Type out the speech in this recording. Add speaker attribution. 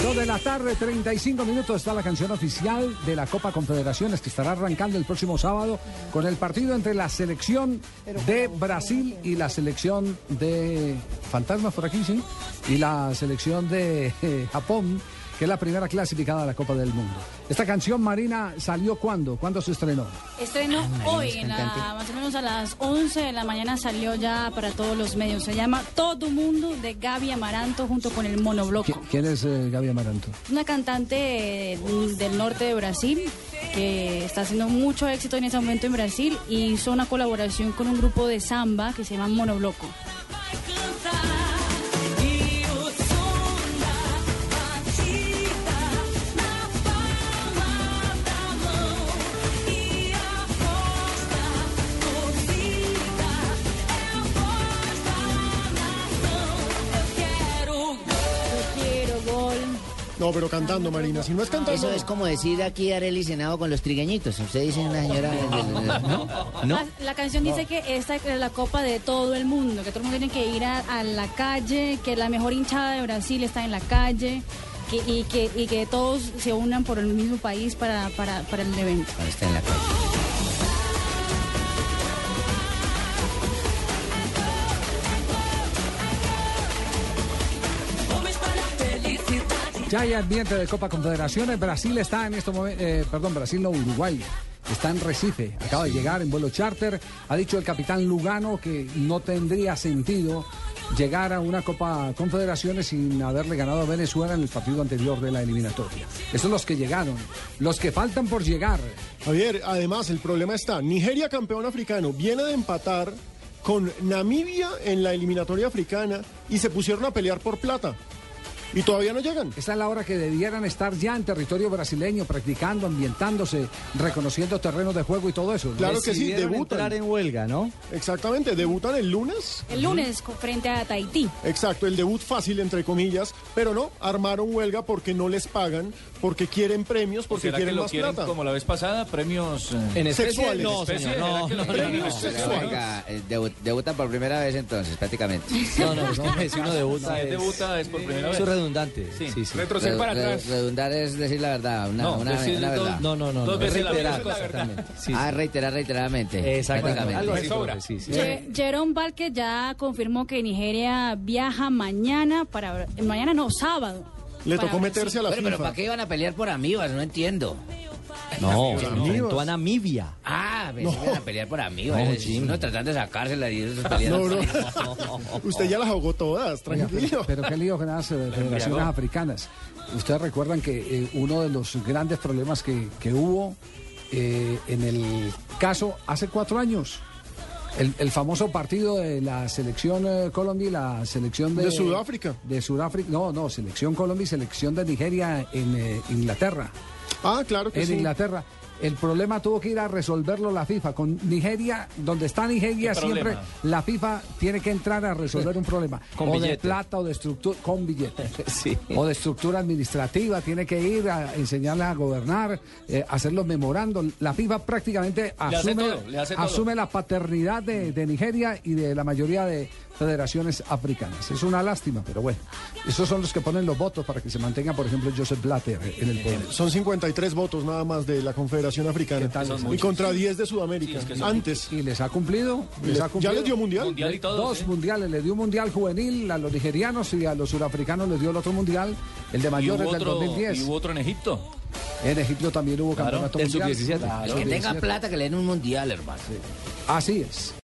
Speaker 1: Dos de la tarde, 35 minutos, está la canción oficial de la Copa Confederaciones que estará arrancando el próximo sábado con el partido entre la selección de Brasil y la selección de Fantasmas por aquí, sí, y la selección de eh, Japón, que es la primera clasificada a la Copa del Mundo. Esta canción, Marina, salió cuándo? ¿Cuándo se estrenó?
Speaker 2: Estreno hoy, en la- más o menos a las 11 de la mañana salió ya para todos los medios. Se llama Todo Mundo de Gaby Amaranto junto con el
Speaker 1: ¿Qui-
Speaker 2: Monobloco.
Speaker 1: ¿Quién es eh, Gaby Amaranto?
Speaker 2: Una cantante eh, del norte de Brasil que está haciendo mucho éxito en ese momento en Brasil y hizo una colaboración con un grupo de samba que se llama Monobloco. Yo quiero gol.
Speaker 3: No, pero cantando, Marina. Si no
Speaker 4: Pues
Speaker 3: es cantando.
Speaker 5: Eso es como decir aquí Arely Senado con los trigueñitos. Usted dice una señora. ¿no?
Speaker 2: Ah, La canción dice que esta es la copa de todo el mundo, que todo el mundo tiene que ir a, a la calle, que la mejor hinchada de Brasil está en la calle que- y, que, y que todos se unan por el mismo país para, para, para el evento.
Speaker 5: Ahí está en la calle.
Speaker 1: Ya hay ambiente de Copa Confederaciones. Brasil está en estos momentos, perdón, Brasil no, Uruguay. Está en Recife, acaba de llegar en vuelo charter. Ha dicho el capitán Lugano que no tendría sentido llegar a una Copa Confederaciones sin haberle ganado a Venezuela en el partido anterior de la eliminatoria. Esos son los que llegaron, los que faltan por llegar.
Speaker 3: Javier, además, el problema está. Nigeria, campeón africano, viene de empatar con Namibia en la eliminatoria africana y se pusieron a pelear por plata. Y todavía no llegan.
Speaker 1: Esta es la hora que debieran estar ya en territorio brasileño, practicando, ambientándose, reconociendo terrenos de juego y todo eso. ¿no?
Speaker 3: Claro que sí,
Speaker 6: Decidieron
Speaker 3: debutan.
Speaker 6: entrar en huelga, ¿no?
Speaker 3: Exactamente, debutan el lunes.
Speaker 2: El lunes co- frente a Tahití.
Speaker 3: Exacto, el debut fácil, entre comillas. Pero no, armaron huelga porque no les pagan, porque quieren premios, porque
Speaker 4: ¿Será que
Speaker 3: quieren
Speaker 4: lo
Speaker 3: más
Speaker 4: quieren
Speaker 3: plata.
Speaker 4: como la vez pasada? Premios. eh,
Speaker 6: En especie,
Speaker 3: Sexuales.
Speaker 6: no, señor, no, no, no,
Speaker 3: Premios sexuales.
Speaker 5: Venga, eh, debu- debutan por primera vez entonces, prácticamente.
Speaker 6: no, no, es que si uno debuta,
Speaker 4: si
Speaker 6: es,
Speaker 4: él debuta es por primera
Speaker 6: eso
Speaker 4: vez.
Speaker 6: es redundante. Sí, sí.
Speaker 4: Retroceder
Speaker 5: Redu-
Speaker 4: para
Speaker 5: redu-
Speaker 4: atrás.
Speaker 5: Redundar es decir la verdad, una,
Speaker 4: No,
Speaker 5: una,
Speaker 4: decir
Speaker 5: una
Speaker 4: dos-
Speaker 5: verdad.
Speaker 6: No, no, no,
Speaker 4: Dos
Speaker 6: no,
Speaker 4: veces la
Speaker 6: reiterar,
Speaker 4: misma cosa.
Speaker 6: exactamente. Sí, sí.
Speaker 5: Ah, reiterar reiteradamente.
Speaker 6: Exactamente.
Speaker 5: prácticamente.
Speaker 6: Algo así,
Speaker 4: Me sobra.
Speaker 6: profe, sí, sí.
Speaker 2: Jerón Jerome Vázquez ya confirmó que Nigeria viaja mañana para... Bra- Mañana no, sábado.
Speaker 3: Le
Speaker 2: para Brasil.
Speaker 3: tocó meterse a la
Speaker 5: Bueno, pero
Speaker 3: FIFA.
Speaker 5: ¿para qué iban a pelear por amibas? No entiendo.
Speaker 6: No, enfrentó a Namibia.
Speaker 5: Ah, pero iban a pelear por amibas.
Speaker 6: No,
Speaker 5: Es-
Speaker 6: Jimmy.
Speaker 5: uno tratando de sacársela y esos peleando.
Speaker 3: No, no. Usted ya las ahogó todas,
Speaker 1: Oiga,
Speaker 3: tranquilo.
Speaker 1: pero, pero qué lío con las eh, federaciones africanas. Ustedes recuerdan que eh, uno de los grandes problemas que, que hubo eh, en el caso hace cuatro años, el, el famoso partido de la selección eh, Colombia y la selección de,
Speaker 3: De Sudáfrica.
Speaker 1: De Sudáfrica, no, no, selección Colombia y selección de Nigeria en eh, Inglaterra.
Speaker 3: Ah, claro que
Speaker 1: En
Speaker 3: sí.
Speaker 1: Inglaterra. El problema tuvo que ir a resolverlo la FIFA. Con Nigeria, donde está Nigeria,
Speaker 4: ¿Qué
Speaker 1: siempre
Speaker 4: problema?
Speaker 1: la FIFA tiene que entrar a resolver un problema.
Speaker 6: Con
Speaker 1: o de
Speaker 6: billete.
Speaker 1: plata o de estructura. Con billete.
Speaker 6: Sí.
Speaker 1: O de estructura administrativa. Tiene que ir a enseñarles a gobernar, eh, hacer los memorandos. La FIFA prácticamente
Speaker 4: hace
Speaker 1: asume,
Speaker 4: todo, le hace todo.
Speaker 1: asume la paternidad de, de Nigeria y de la mayoría de federaciones africanas. Es una lástima, pero bueno. Esos son los que ponen los votos para que se mantenga, por ejemplo, Joseph Blatter en el poder.
Speaker 3: Son 53 votos nada más de la Confederación Africana.
Speaker 1: tal? Son
Speaker 3: y contra 10 de Sudamérica. Antes.
Speaker 1: Y les ha cumplido. Les
Speaker 3: Les-
Speaker 1: ha cumplido.
Speaker 3: ya les dio mundial.
Speaker 4: Mundial y ¿eh? todo.
Speaker 1: Dos
Speaker 4: ¿sí?
Speaker 1: mundiales, le dio un mundial juvenil a los nigerianos y a los surafricanos les dio el otro mundial, el de
Speaker 4: Y
Speaker 1: mayores
Speaker 4: hubo,
Speaker 1: del
Speaker 4: otro,
Speaker 1: 2010.
Speaker 4: y hubo otro en Egipto.
Speaker 1: En Egipto también hubo
Speaker 4: Claro,
Speaker 1: campeonato
Speaker 6: del
Speaker 1: mundial.
Speaker 6: sub-17.
Speaker 1: Claro,
Speaker 5: El que tenga
Speaker 1: sub-17.
Speaker 5: plata que le den un mundial, hermano.
Speaker 1: Así es.